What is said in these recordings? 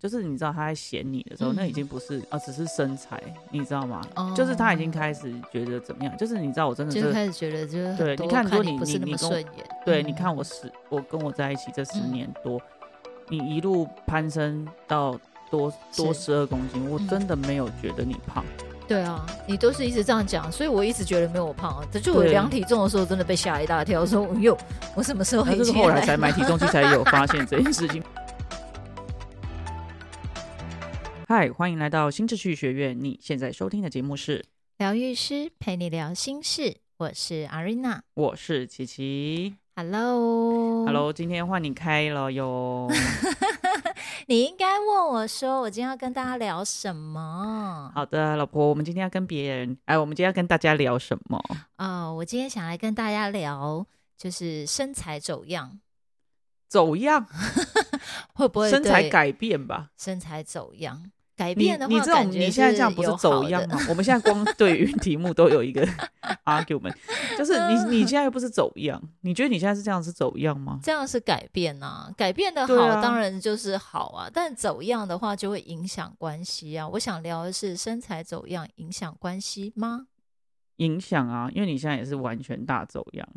就是你知道他在嫌你的时候，嗯那已经不是啊、只是身材，你知道吗？哦就是他已经开始觉得怎么样？就是你知道我真的就是是，开始觉得就是很对多你看如果你你不是你那你么跟顺眼，对，嗯你看我十，我跟我在一起这十嗯年多，你一路攀升到多多是十二公斤，我嗯真的没有觉得你胖。对啊，你都是一直这样讲，所以我一直觉得没有胖啊。这就我对量体重的时候，真的被吓一大跳，说哟，我什么时候那已就是经后来才买体重计才有发现这件事情。嗨，欢迎来到新秩序学院。你现在收听的节目是，疗愈师陪你聊心事，我是 Arina。我是琪琪。 Hello， Hello，今天换你开了哟。你应该问我说，我今天要跟大家聊什么？好的，老婆，我们今天要跟别人，哎，我们今天要跟大家聊什 么？呃，我今天想来跟大家聊，就是身材走样走样，会不会身材对改变吧。身材走样改你变的话，你这种感觉你现在这样不有是好走的样吗？我 们现在光对于题目都有一个 argument，就是嗯你你现在又不是走样，你觉得你现在是这样是走样吗？这样是改变呐、改变的好对啊当然就是好啊，但走样的话就会影响关系啊。我想聊的是身材走样影响关系吗？ 影响啊，因为你现在也是完全大走 样。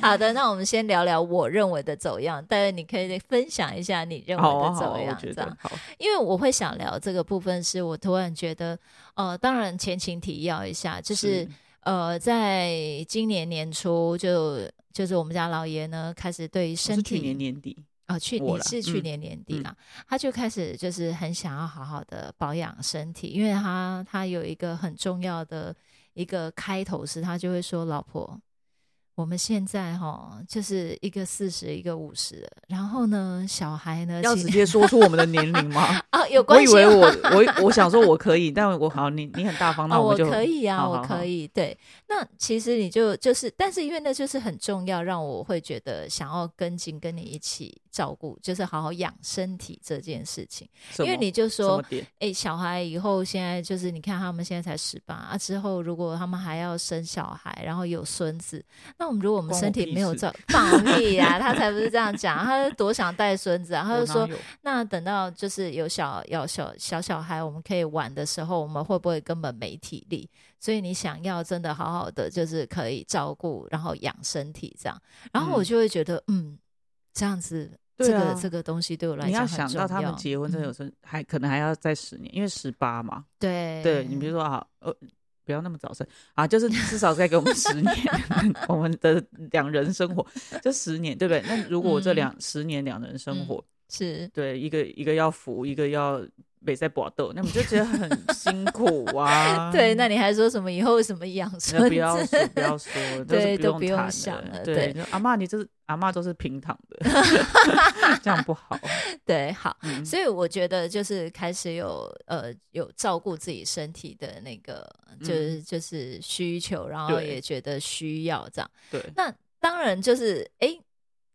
好的，那我们先聊聊我认为的走样，但是你可以分享一下你认为好啊，的好走啊，我样，觉这样得。好。因为我会想聊这个部分，是我突然觉得，呃，当然前情提要一下，就是呃，在今年年初就就是我们家老爷呢开始对于我身哦是体去年年底，哦，去我你啦是去年年底嗯啦，他就开始就是很想要好好的保养身体，因为他他有一个很重要的一个开头是，他就会说：“老婆，我们现在哈就是一个四十，一个五十，然后呢，小孩呢要其直接说出我们的年龄 吗？啊有我关以系为吗我我我想说我可以，但我好，你你很大方，那哦，们我就可以啊，好好我可以。对，那其实你就就是，但是因为那就是很重要，让我会觉得想要跟进跟你一起照顾，就是好好养身体这件事情。什因么为你就什说么点哎、小孩以后现在就是，你看他们现在才十八啊，之后如果他们还要生小孩，然后有孙子，那我们如果我们关身我体屁没有事照放屁啊，他才不是这样讲，他多想带孙子啊，他就哪说，有那等到就是有小有小小小孩，我们可以玩的时候，我们会不会根本没体力？所以你想要真的好好的，就是可以照顾，然后养身体这样，然后我嗯就会觉得，嗯，这样子。对这个、啊这个东西对我来你要讲很想重到他们要结婚真的有嗯时候还可能还要再十年，因为十八嘛，对对你比如说啊，呃，不要那么早生啊，就是至少再给我们十年， 我们的两人生活这十年，对不对？那如果我这嗯两、十年两人生活，是对，一个一个要扶，一个要北在搏斗，那你就觉得很辛苦啊。 对，那你还说什么以后什么养那生？不要说不要说，就是对都不不用谈想了对，对就阿妈你就是阿妈都是平躺的， 这样不好。 对，好。嗯，所以我觉得就是开始有呃有照顾自己身体的那个就是、就是需求，然后嗯对也觉得需要这样。对，那当然就是诶，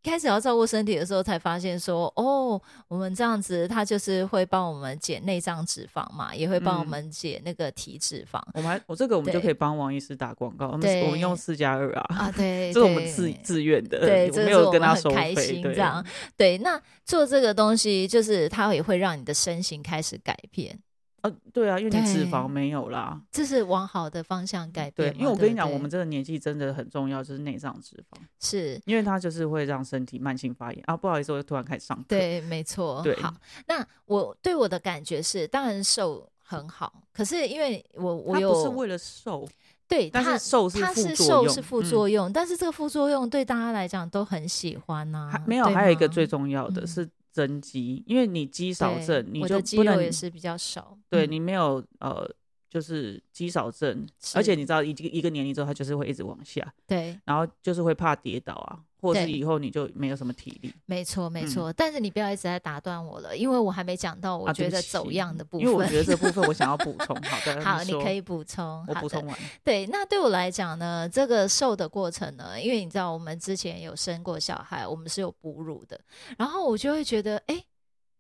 开始要照顾身体的时候，才发现说哦，我们这样子，它就是会帮我们减内脏脂肪嘛，也会帮我嗯们减那个体脂 肪、我们还我这个我们就对可以帮王医师打广告，我们对我们用四加二啊。啊。对，这是我们对自自愿的，对，我没这个是有我跟们他很收开费，心对这样。对，那做这个东西，就是它也会让你的身形开始改变，呃，对啊，因为你脂对肪没有啦，这是往好的方向改嗯对，变嘛。因为我跟你不讲，我对们这个年纪真的很重要，就是内脏脂肪，是因为它就是会让身体慢性发炎啊。不好意思，我突然开始上课，，对，没错。对好，那我对我的感觉是，当然瘦很好，可是因为我我它有不是为了瘦，对但它是瘦它副作是用，嗯瘦是副用。作用，但是这个副作用对大家来讲都很喜欢呐、还没有，啊对还有一个吗最重要的嗯是增肌，因为你肌少对症，你我就的肌不肉能也是比较少，对嗯你没有呃，就是肌少症，而是且你知道，一个一个年龄之后，它就是会一直往下，对，然后就是会怕跌倒啊，或者是对以后你就没有什么体力。没错，没嗯错。但是你不要一直在打断我了，因为我还没讲到我啊对觉不得起走样的部因为我分。觉得 这部分我想要补充，好的，好，你说可以，补充。我好补的充完，对，那对我来讲呢，这个瘦的过程呢，因为你知道我们之前有生过小孩，我们是有哺乳的，然后我就会觉得，哎，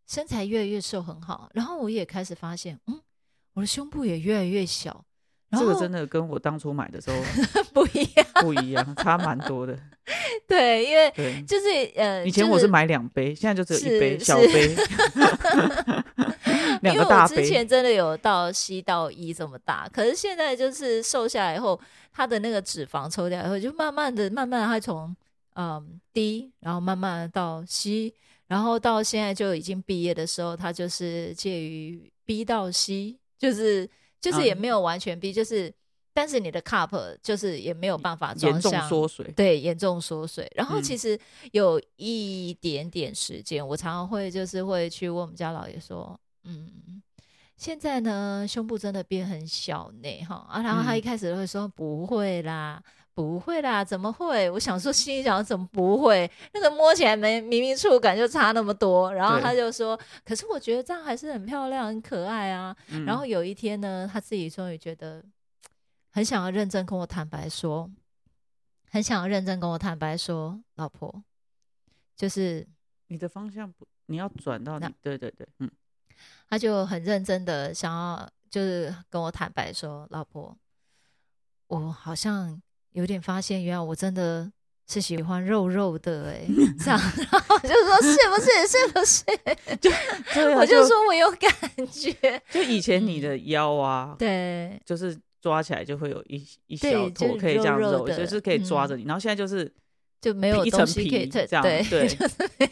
身材越来越瘦很好，然后我也开始发现，嗯，我的胸部也越来越小，然 这后个真的跟我当初买的时候不一样。 不一样，差蛮多的。对，因为对，就是呃，以前就我是买两杯，现在就只有一杯是小是杯， 两 因个为大我之杯。前真的有到吸到一这么大，可是现在就是瘦下来后，它的那个脂肪抽掉以后，就慢慢的、慢慢地它从嗯低，然后慢慢的到吸，然后到现在就已经毕业的时候，它就是介于 B 到 C，就是就是啊也没有完全 B，、就是但是你的 cup 就是也没有办法装严重下缩水，对，严重缩水。然后其嗯实有一点点时间，我常常会就是会去问我们家老爷说，嗯，现在呢胸部真的变很小呢，哈啊，然后他嗯一开始都会说、不会啦。不会啦，怎么会？我想说，心里想怎么不会？那个摸起来没明明触感就差那么多。然后对他就说，可是我觉得这样还是很漂亮、很可爱啊。嗯然后有一天呢，他自己终于觉得很想要认真跟我坦白说，很想要认真跟我坦白说，老婆，就是你的方向不，你要转到你那，对对对， 嗯，他就很认真的想要就是跟我坦白说，老婆，我好像有点发现，原来我真的。是喜欢肉肉的 哎、这样，然后我就说是不是是不是？对啊我就就说我有感觉，就以前你嗯的腰啊，对，就是抓起来就会有一一对小就坨可以这样肉肉揉，就的是可以抓嗯着你。然后现在就是就没有一东层西可以皮对这样，对，对，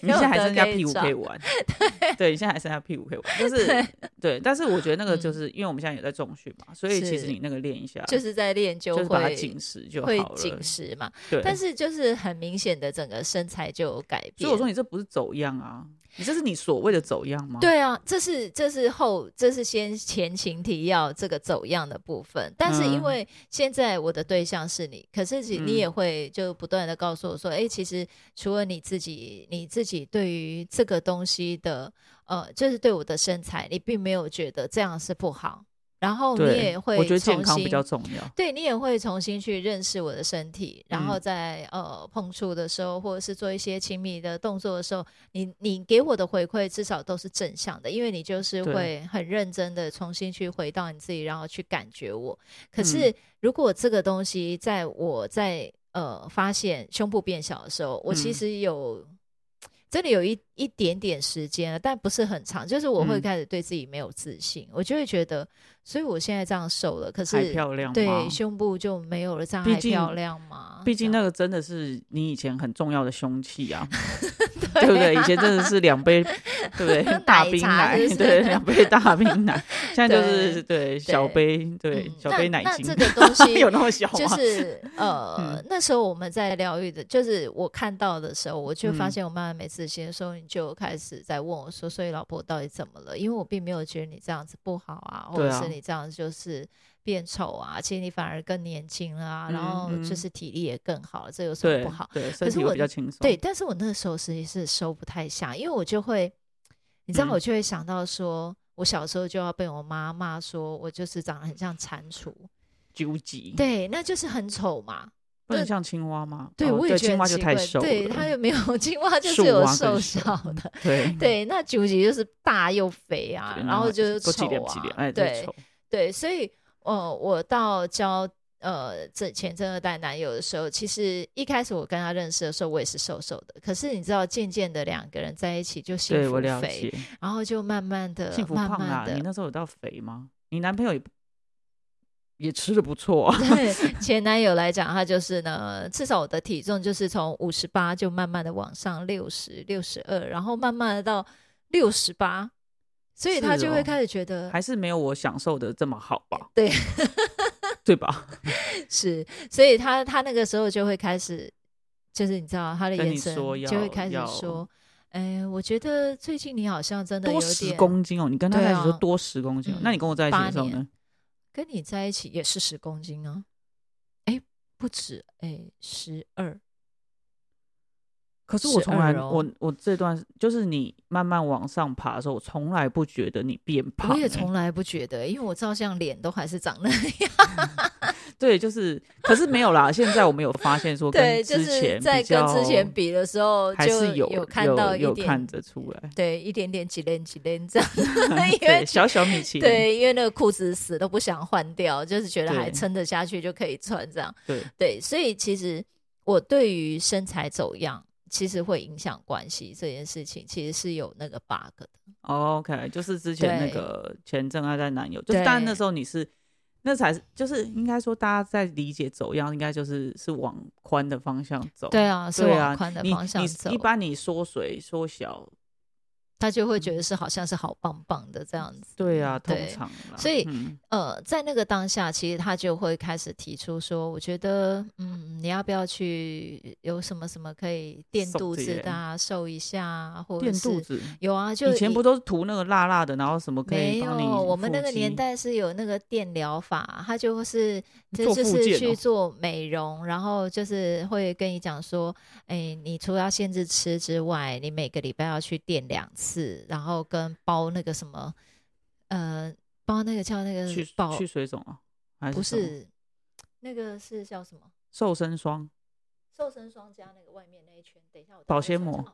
你没现有在还得剩下可以屁股抓可以玩， 对，你现在还剩下屁股可以玩，就是对对。但是我觉得那个就嗯是因为我们现在有在重训嘛，所以其是实你那个练一下，就是在练就就是把它会紧实就会好了紧。实嘛，对，但是就是很明显的整个身材就有改变。所以我说你这不是走样啊，你这是你所谓的走样吗？，对啊，这是这是后这是先前情提要这个走样的部分，但是因嗯为现在我的对象是你，可是其你嗯也会就不断的告诉我说，哎、其实除了你自己，你自己对于这个东西的呃，就是对我的身材，你并没有觉得这样是不好，然后你对也会我觉得健重康比新较重要。对你也会重新去认识我的身体，然后嗯在、呃碰触的时候，或者是做一些亲密的动作的时候，你你给我的回馈至少都是正向的，因为你就是对会很认真的重新去回到你自己，然后去感觉我。可嗯是如果这个东西在我在呃发现胸部变小的时候，我其嗯实有。真的有一一点点时间了，但不是很长。就是我会嗯开始对自己没有自信，我就会觉得，所以我现在这样瘦了，可还是漂亮吗对，？胸部就没有了，这样毕还漂竟亮吗？毕竟哦这那样个真的是你以前很重要的凶器 啊，对对不对？啊以前真的是两杯，对不 对奶？大冰茶奶是不，是对，两杯大冰 奶。现在就是对小对杯，对嗯小那杯奶那精这， 个东西有那么小啊就吗？是呃嗯，那时候我们在疗愈的，就是我看到的时候，我就发嗯现我慢慢没自信的时候，你就开始在问我说：“所以老婆到底怎么了？”因为我并没有觉得你这样子不好啊，或对者啊是你这样就是变丑啊，其实你反而更年轻了啊，然后嗯就嗯是体力也更好了，这有什么对不好？对，身是体我会比较轻松。对，，但是我那个时候实际是收不太下，因为我就会，你知道，嗯我就会想到说，我小时候就要被我妈骂说我就是长得很像蟾蜍，嗯纠结，对，那就是很丑嘛。不能对像青蛙吗？对，哦我也对觉青得很蛙就奇太怪，瘦了，对，它又没有青 蛙就是树有蛙瘦更小瘦嗯的，对对，对，那九级就是大又肥啊，然后就是够几丑点啊几点，哎，真对丑，对，所以呃，我到交呃这前正二代男友的时候，其实一开始我跟他认识的时候，我也是瘦瘦的。可是你知道，渐渐的两个人在一起就幸对福我了肥，解。然后就慢慢的、幸福慢胖啦慢，你的，那时候有到肥吗？你男朋友也也吃的不错啊，对前男友来讲，他就是呢，至少我的体重就是从五十八就慢慢的往上六十、六十二，然后慢慢的到六十八，所以他是就会哦开始觉得还是没有我享受的这么好吧？对，对吧？是，所以他他那个时候就会开始，就是你知道他的跟眼你神说就会要开始要说，哎，我觉得最近你好像真的有多十点，公斤哦，你跟他对在一起说啊多十公斤哦，那嗯你跟我在一起八的时候年呢？跟你在一起也是十公斤啊，哎，不止，哎，十二，可是我从12来，哦我我这段就是你慢慢往上爬的时候，我从来不觉得你变胖、我也欸从来不觉得，因为我照相脸都还是长 那样，对，就是，可是没有啦。现在我们有发现说，对，跟就之是前在比跟之前较比的时候，还就是有看到一有看点，得出来，对，一点点几连几连这样， 因为对，小小米奇，对，因为那个裤子死都不想换掉，就是觉得还对撑得下去就可以穿这样。对对，所以其实我对于身材走样其实会影响关系这件事情，其实是有那个 bug 的。 OK，就是之前那对个前正爱在男友，就是对但那时候你是，那才是就是应该说大家在理解走样，应该就是是往宽的方向走。对啊，是对啊，往宽的你方向你走，一般你缩水缩小，他就嗯会觉得是好像是好棒棒的这样子。对啊，通对常啦。所以嗯呃，在那个当下，其实他就会开始提出说，我觉得，嗯，你要不要去有什么什么可以电瘦肚子子耶的啊，瘦一下啊，或者垫肚是子，有啊，就以前不都是涂那个辣辣的，然后什么可没以有帮你？，我们那个年。代是有那个电疗法，他就是就做就复是健去哦做美容，然后就是会跟你讲说，哎，你除了要限制吃之外，你每个礼拜要去电两次，然后跟包那个什么，呃，包那个叫那个去保去水肿啊？还不什么是那个是叫什么瘦身霜？瘦身霜加那个外面那一圈，等一下我保到时候鲜找膜找。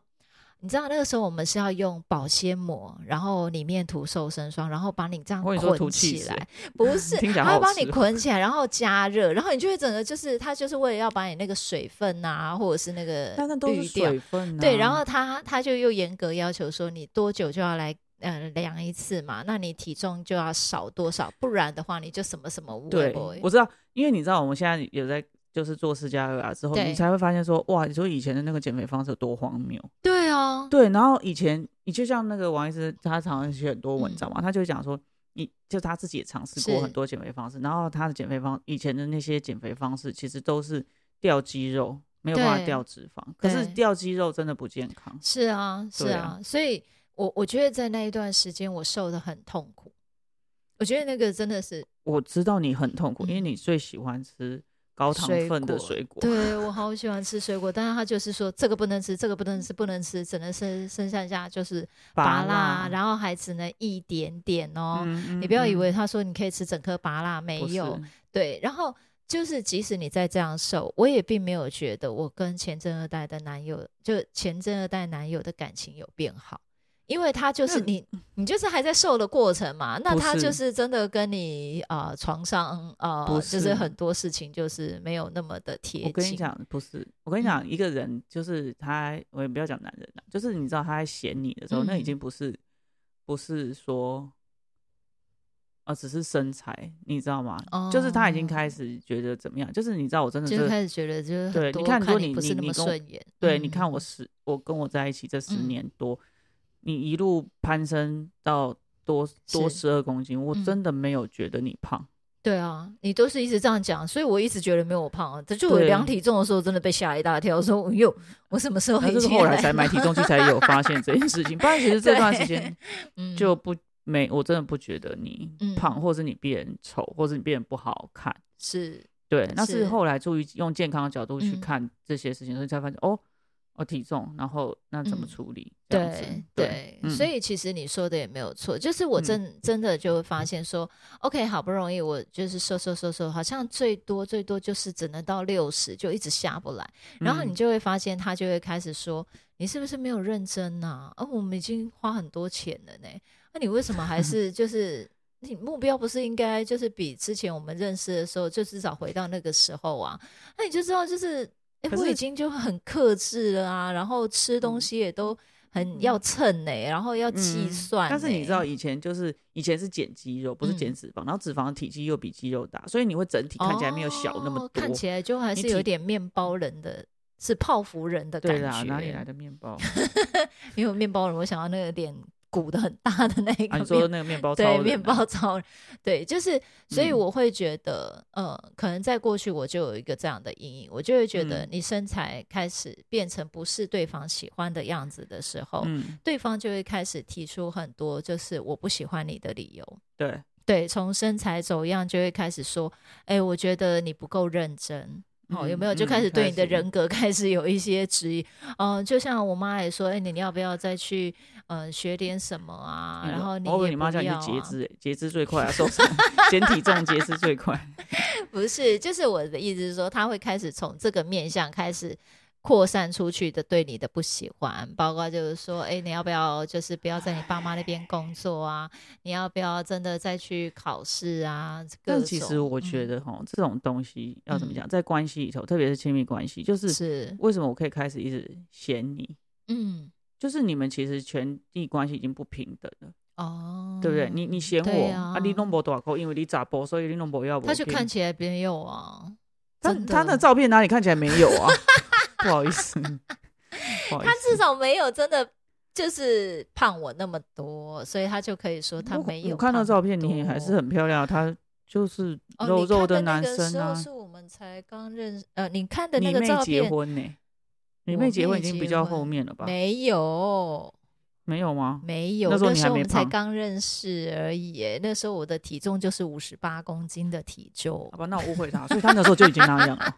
你知道那个时候我们是要用保鲜膜，然后里面涂瘦身霜，然后把你这样我以为你说涂捆起 cheese 来， 不是，听起来它好好会帮你吃捆起来，然后加热，然后你就会整个就是它就是为了要把你那个水分啊，或者是那个但那都是滤掉，水分啊。对，然后他他就又严格要求说，你多久就要来呃量一次嘛，那你体重就要少多少，不然的话你就什么什么无对为，我知道，因为你知道我们现在有在就是做私家儿啊之后，对你才会发现说，哇，你说以前的那个减肥方式有多荒谬。对啊，对，然后以前你就像那个王医师，他常常写很多文章嘛，他就会讲说，你就他自己也尝试过嗯是很多减肥方式，然后他的减肥方以前的那些减肥方式其实都是掉肌肉，没有办法对掉脂肪，可是对掉肌肉真的不健康。是啊，是对啊，所以我我觉得在那一段时间，我瘦的很痛苦。我觉得那个真的是我知道你很痛苦，因为嗯你最喜欢吃高糖水分的果水果。对我好喜欢吃水果，但是他就是说这个不能吃，这个不能吃，不能吃，只能剩剩下下就是芭芭辣辣，，然后还只能一点点哦。嗯你不要以为嗯他说你可以吃整颗芭辣，没不有是，对。然后就是即使你再这样瘦，我也并没有觉得我跟前正二代的男友，就前正二代男友的感情有变好。因为他就是那嗯你，你就是还在瘦的过程嘛，那不他就是是真的跟你呃床上呃不就是是很多事情就是没有那么的贴近。我跟你讲，不是，我跟你嗯讲，一个人就是他，我也不要讲男人了，就是你知道他在嫌你的时候，那已嗯经不是不是说，啊，只是身材，你知道吗？就是他已经开哦始觉得怎么样，就是你知道我真的就是是，开始觉得就是很对你多看如果你不你是那你么跟我顺眼。对，你看嗯我十，我跟我在一起这十嗯年多，你一路攀升到多多是十二公斤，我嗯真的没有觉得你胖。对啊，你都是一直这样讲，所以我一直觉得没有胖啊。这就我量对体重的时候，真的被吓一大跳，说哟，我什么时候那已就是经后来来才买体重计才有发现这件事情，不然 其实这段时间。嗯就不没，我真的不觉得你嗯胖，或是你变丑，或是你变得不好看。是对，那是是后来注意用健康的角度去嗯看这些事情，所以才发现哦，哦体重，然后那怎么嗯处理？这样子对对对，嗯所以其实你说的也没有错，就是我真、真的就会发现说，OK，好不容易我就是瘦瘦瘦瘦，好像最多最多就是只能到六十，就一直下不来。然后你嗯就会发现他就会开始说，你是不是没有认真呐、啊？我们已经花很多钱了呢，那、你为什么 还是就是？你目标不是应该就是比之前我们认识的时候，就至少回到那个时候啊？那你就知道，就是哎、可我已是经就很克制了啊，然后吃东西也都很要称呢、然后要计嗯算、欸哦但是你知道，，以前就是以前是减肌肉，不是减嗯脂肪，然后脂肪的体积又比肌肉大，所以你会整体看起来没有小那么哦多。看起来就还你是有体点面包人的，是泡芙人的感对觉。啦，哪里来的面 包？啊因为面包人，我想要那个脸鼓的很大的那一啊，你个面、说那个面包超对人面啊包超人，对，就是，所以嗯我会觉得，呃，可能在过去我就有一个这样的阴影，我就会觉得嗯你身材开始变成不是对方喜欢的样子的时候，嗯，对方就会开始提出很多就是我不喜欢你的理由。对，对，从身材走样就会开始说，哎、我觉得你不够认真。哦，有没有嗯就嗯开始对开你的始人格 开始有一些质疑？嗯、就像我妈也说，哎、你你要不要再去呃学点什么啊？然后你嗯我以为也你不妈叫你要去节啊 脂、欸，节脂最快啊，瘦身减体重节脂最快。 不是，就是我的意思是说，他会开始从这个面相开始扩散出去的对你的不喜欢，包括就是说，哎，你要不要就是不要在你爸妈那边工作啊？你要不要真的再去考试啊？各但其实种我觉嗯得哈，这种东西要怎么嗯讲，在关系里头，特别是亲密关系，就是是，为什么我可以开始一直嫌你，嗯，就是你们其实权力关系已经不平等了，哦，对不对？你你嫌对我啊啊，你弄不多少因为你咋播，所以你弄不要我。他就看起来没有啊，他真他的照片哪里看起来没有啊？ 不好意 思，不好意他至思少没有真的就是胖我那么多，所以他就可以说他我没有。我看到照片，你还是很漂亮，他就是哦肉你看肉的男生那个时候啊。是我们才刚认识，呃，你看的那你个妹照结片婚呢？你我妹结妹婚已经比结较婚后面了吧？没有，没有吗？没有，那时候你还我没们才胖刚认识而已欸。那时候我的体重就是五十八公斤的体重好，吧，那我误会他，所以他那时候就已经那样 了。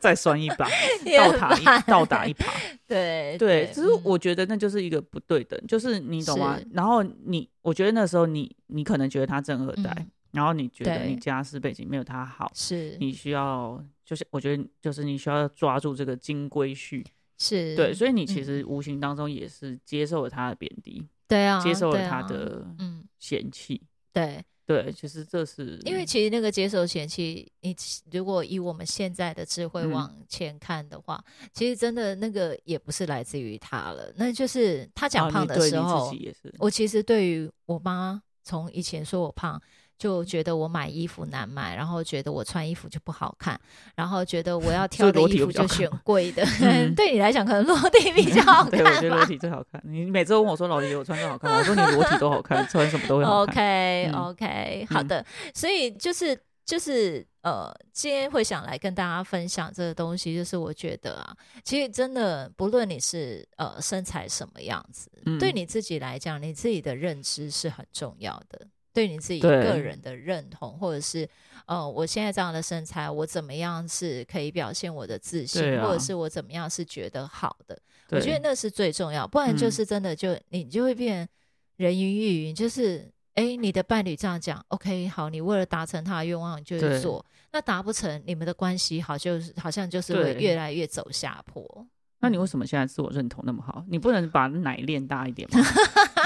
再酸一把，也倒很打一慢倒 打一耙。 对对，只是嗯我觉得那就是一个不对等，就是你懂吗是？然后你，我觉得那时候你，你可能觉得哎他正二代，嗯然后你觉得你对家世背景没有他好，是你需要就是我觉得就是你需要抓住这个金龟婿，是对，所以你其嗯实无形当中也是接受了他的贬低，对啊，接受对了他啊的嗯嫌弃。对。对，其实这是因为其实那个接受嫌弃，你其如果以我们现在的智慧嗯往前看的话，其实真的那个也不是来自于他了，那就是他讲啊胖你的对时你候，自己也是，我其实对于我妈从以前说我胖，就觉得我买衣服难买，然后觉得我穿衣服就不好看，然后觉得我 要挑的裸体衣有服比较就好选 贵的。嗯 对你来讲，可能落地比较 好对，我觉看得裸吧。体最好看。你每次都问我说老李我穿的好看吗，我说你裸体都好看，穿什么都会好看。哦 OK 嗯 OK，、好嗯的，所以就是就是呃，今天会想来跟大家分享这个东西，就是我觉得啊，其实真的不论你是呃身材什么样子，嗯对你自己来讲，你自己的认知是很重要的。对你自己对个人的认同，或者是呃，我现在这样的身材，我怎么样是可以表现我的自信，对或者啊是我怎么样是觉得好的，我对，觉得那是最重要，不然就嗯是真的就、你就会变人云亦云，就是诶，你的伴侣这样讲，OK，好，你为了达成他的愿望，你就去对做，那达不成，你们的关系好就是好像就是对会越来越走下坡。那你为嗯什么现在自我认同那么好？你不能把奶练大一点吗？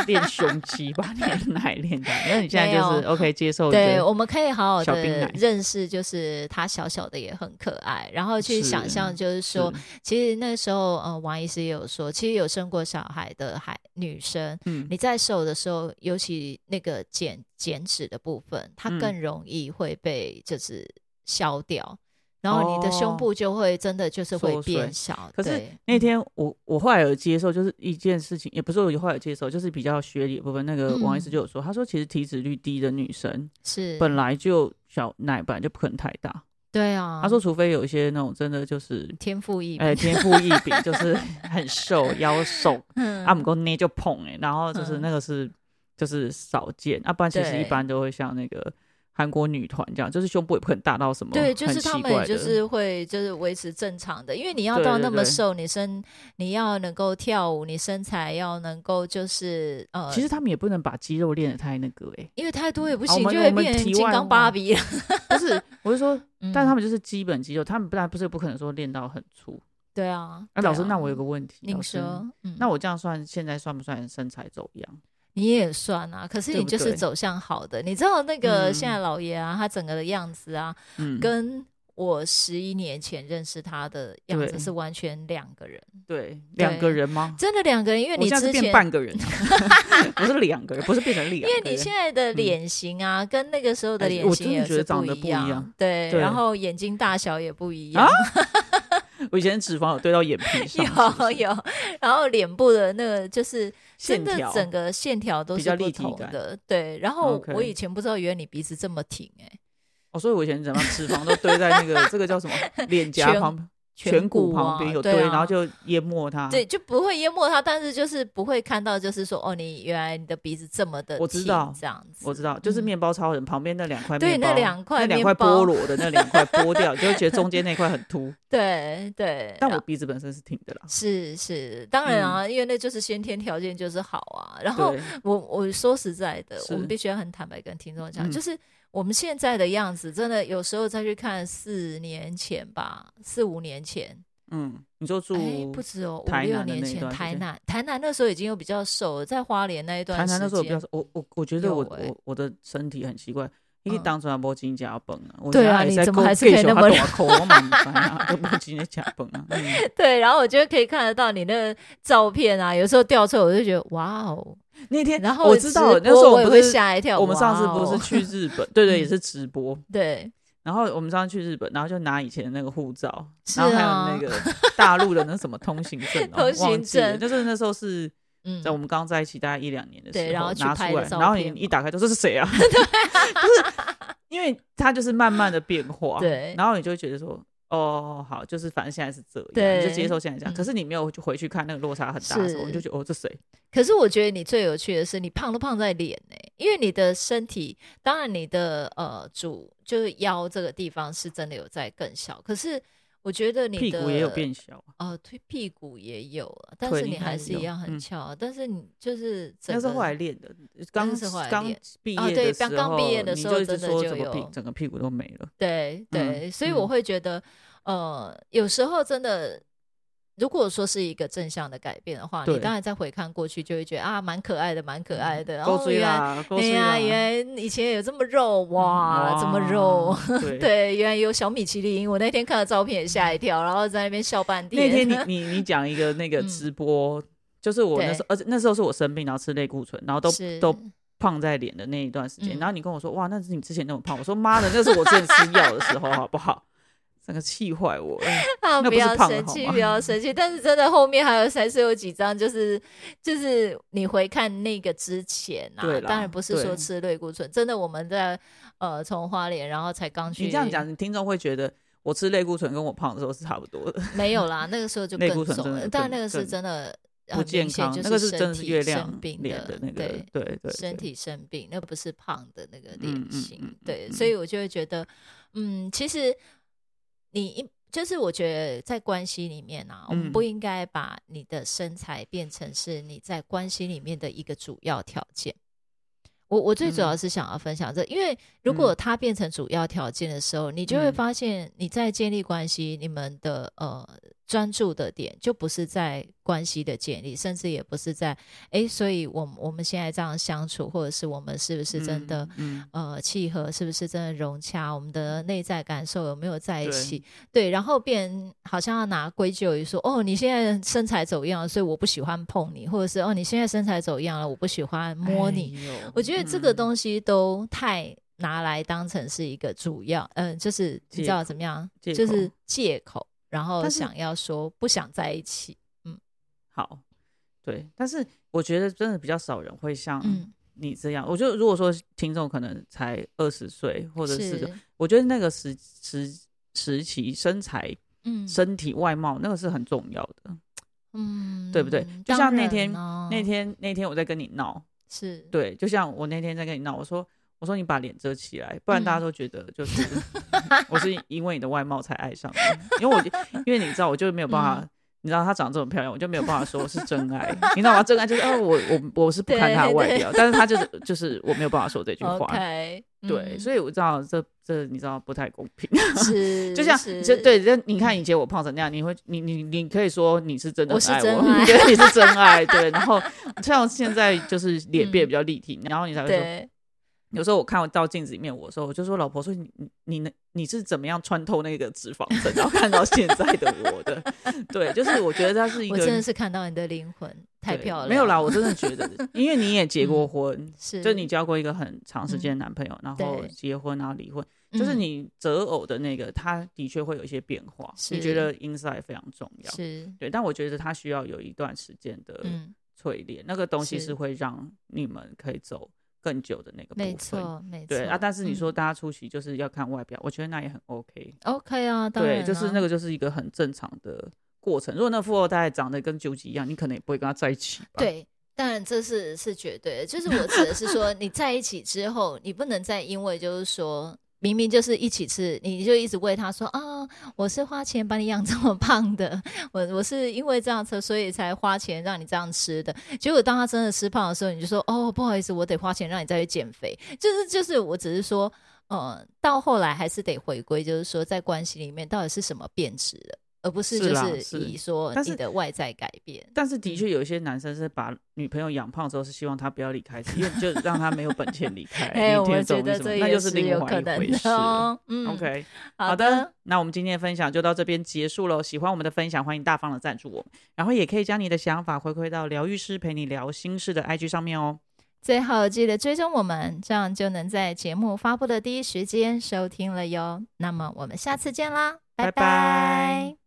练胸肌，把你的奶练大。那你现在就没是 OK 接受对，这我们可以好好小冰的奶认识，就是他小小的也很可爱，然后去是想象，就是是说，其实那时候，呃，王医师也有说，其实有生过小孩的孩女生，嗯你在瘦的时候，尤其那个减减脂的部分，它嗯更容易会被就是消掉，然后你的胸哦部就会真的就是会缩水变小。可是对那天我我后来有接受，就是一件事情，也不是我后来有接受，就是比较学理的部分。那个王医师嗯就有说，他说其实体脂率低的女生是本来就小奶本来就不可能太大。对啊，他说，除非有一些那种真的就是天赋异哎，禀，天赋异 禀，就是很瘦，腰瘦，阿姆公捏就碰哎、然后就是嗯那个是就是少见，啊，不然其实对一般都会像那个韩国女团这样，就是胸部也不可能大到什么哦很对，奇怪的，就是他们就是会就是维持正常的，因为你要对到对那么对瘦，你身你要能够跳舞，你身材要能够就是呃，其实他们也不能把肌肉练得太那个 哎、因为太多也不好行，我们就会我们变成题金外刚话芭比了。不是，我是说，但嗯他们就是基本肌肉，他们不然不是不可能说练到很粗。对啊，那、对哎老师，啊那我有个问题，您老师说，嗯那我这样算现在算不算身材走样？你也算啊，可是对你不就是对走向好的。你知道那个嗯现在老爷啊，他整个的样子啊，嗯，跟我十一年前认识他的样子对是完全两个人，哦对两个人吗？真的两个人。因为我你现在之是变前，半个人啊，不是两个人，不是变成两个因人。嗯为你现在的脸型啊，跟那个时候的哎脸我型真的也觉得是长得一不一样样。对，对然后眼睛大小也不一啊样，我以前脂肪有堆到眼皮上，是不有是有，然后脸部的那个就是真线的条整个线条都比是较不立体同感的。对，然后 OK 我以前不知道原来你鼻子这么挺哎、哦，所以我以前怎么样脂肪都堆在那个这个叫什么脸颊颧旁边、颧颧骨骨旁边啊有对堆，然啊后就淹没它。对，，就不会淹没它，但是就是不会看到，就是说哦，你原来你的鼻子这么的，我知道这样子，我知道，就是嗯面包超人旁边那两块对面那包两块那两面块包剥落的那两块剥掉，你就会觉得中间那块很凸。 对啊对，但我然后鼻子本身是挺的啦。是是，当然啊，因为那就是先天条件就是好啊。然后对，我我说实在的，我们是必须要很坦白跟听众讲，嗯就是我们现在的样子，真的有时候再去看四年前吧，四五年前，嗯，你就住哎，不止哦，五台六南的年那一前段时台间南，台南那时候已经有比较瘦了，在花莲那一段谈谈那时时候比较间，瘦，我我我觉得有我、欸我我的身体很奇怪，因为嗯当初还无钱食饭啊，我对现在啊你在怎么顾还是可以继续那还么大口我嘛不知啊，都无钱咧食饭啊。嗯 对，然后我觉得可以看得到你那个照片啊，有时候调出来我就觉得哇哦，那天然后哎我直知道了那播时候我我也不会是吓一跳，我们上次哇不哦是去日本，对对，也嗯是直播。对然后我们上次去日本，然后就拿以前的那个护照，是然后还啊有那个大陆的那什么通行证哦， 通忘行记了证就是那时候是嗯在我们刚在一起大概一两年的时候，对然后去拿拍出的来，照然后你片一打开，就这是谁啊？ 就是因为它就是慢慢的变化，对然后你就会觉得说。哦，好，就是反正现在是这样，对你就接受现在这样。嗯可是你没有就回去看那个落差很大的时候，是你就觉得哦，这谁？可是我觉得你最有趣的是，你胖都胖在脸呢、因为你的身体，当然你的呃主就是腰这个地方是真的有在更小，可是我觉得你屁的股也有变小啊。呃，腿屁股也有了，但腿是应你该还也是有一样很嗯翘啊、但是你就是那整个是后来练的，刚是后来刚练毕哦业对的时候，刚毕业的时你候就一真直的说就怎么屁有整个屁股都没了。对嗯对、所以我嗯会觉得呃，有时候真的。如果说是一个正向的改变的话，你对当然再回看过去，就会觉得啊，蛮可爱的，蛮可爱的。然勾后追原来啦，勾哎追呀，啦，嗯原来以前有这么肉哇，这么肉哇。？对。 对，原来有小米其林，我那天看到照片也吓一跳，然后在那边笑半天。那天你 你你讲一个那个嗯直播，就是我那时候，而且那时候是我生病，然后吃类固醇，然后都是都胖在脸的那一段时间嗯，然后你跟我说，哇，那是你之前那么胖，我说妈的，那是我之前吃药的时候，好不好？整个气坏 我，哎啊，那不不是要胖了生好气，吗不要生气。但是真的后面还有还是有几张，就是就是你回看那个之前啊对，啦当然不是说对吃类固醇，真的我们在呃从花莲，然后才刚去。你这样讲，你听众会觉得我吃类固醇跟我胖的时候是差不多的，没有 啦，那个时候就类更固醇肿真的了，但更那个是更真的很不健呃明显康就，那个是是身真的是体月生亮病脸的那个，对对对对，身体生病，那不是胖的那个嗯脸嗯型。嗯对，嗯所以我就会觉得，嗯，其实你一就是我觉得在关系里面啊，我们嗯不应该把你的身材变成是你在关系里面的一个主要条件。我我最主要嗯是想要分享这，因为如果它变成主要条件的时候，你就会嗯发现你在建立关系，你们的呃专注的点就不是在关系的建立，甚至也不是在诶，所以我们我们现在这样相处，或者是我们是不是真的、嗯，嗯呃契合，是不是真的融洽，我们的内在感受有没有在一对起？对，然后变好像要拿归咎于说，哦，你现在身材走样了，所以我不喜欢碰你，或者是哦，你现在身材走样了，我不喜欢摸你。哎呦我觉得这个嗯东西都太拿来当成是一个主要，嗯、就是你借知道口怎么样，借就是口借口，然后但是想要说不想在一起。好，对，但是我觉得真的比较少人会像嗯，你这样。我觉得如果说听众可能才二十岁，或者是是，我觉得那个时时时期身材、嗯哦身体外貌那个是很重要的。嗯，对不对就当像那然天呢那天那天我在跟你闹，是对，就像我那天在跟你闹，我说。我说你把脸遮起来，不然大家嗯都觉得就是我是因为你的外貌才爱上你，因为我就因为你知道我就没有办嗯法，你知道她长这么漂亮，我就没有办法说是真爱，你知道吗？真爱就是哦，我我我是不看她的对外对表，但是她就是就是我没有办法说这句话 OK，嗯对，所以我知道这这你知道不太公平， 以 是就像是嗯就对，就你看以前我胖成那样，你会你你你可以说你是真的我是很爱真我，爱对，你是 真爱，对。然后像现在就是脸变嗯比较立体，然后你才会说，对有时候我看我到镜子里面我的时候，我就说老婆，所以你你你能你是怎么样穿透那个脂肪层，然后看到现在的我的？ 对，就是我觉得它是一我个真的是看到你的灵魂太对漂亮了，嗯没有啦，我真的觉得，因为你也结过婚，是嗯就你交过一个很长时间的男朋友，然后对结婚然后离婚。就是嗯你择偶的那个，它的确会有一些变化。你是觉得 inside 非常重要，是对，但我觉得它需要有一段时间的嗯，淬炼，那个东西是是会让你们可以走更久的那个部没分。错没错对啊，但是你嗯说大家出席就是要看外表，我觉得那也很 OK。 OK 啊，当对，然就是啊那个就是一个很正常的过程。如果那富二代长得跟九级一样，你可能也不会跟他在一起吧？，对。当然，这是是绝对的。就是我指的是说，你在一起之后，你不能再因为就是说，明明就是一起吃，你就一直为他说啊，我是花钱把你养这么胖的，我我是因为这样吃，所以才花钱让你这样吃的。结果当他真的吃胖的时候，你就说哦，不好意思，我得花钱让你再去减肥。就是就是，我只是说，呃，到后来还是得回归，就是说在关系里面到底是什么变质了。而不是是就啦是是以说但你是的外在改变。但是的嗯确有一些男生是把女朋友养胖之后，是希望她不要离开自己，因 为就让她没有本钱离开。哎，你我听得们懂我觉意得思吗这那也就是另有外可一能回事的了。哦。嗯 OK，好的，那我们今天的分享就到这边结束喽。喜欢我们的分享，欢迎大方的赞助我们，然后也可以将你的想法回馈到疗愈师陪你聊心事的 IG 上面哦。最后记得追踪我们，这样就能在节目发布的第一时间收听了哟。那么我们下次见啦，拜拜拜拜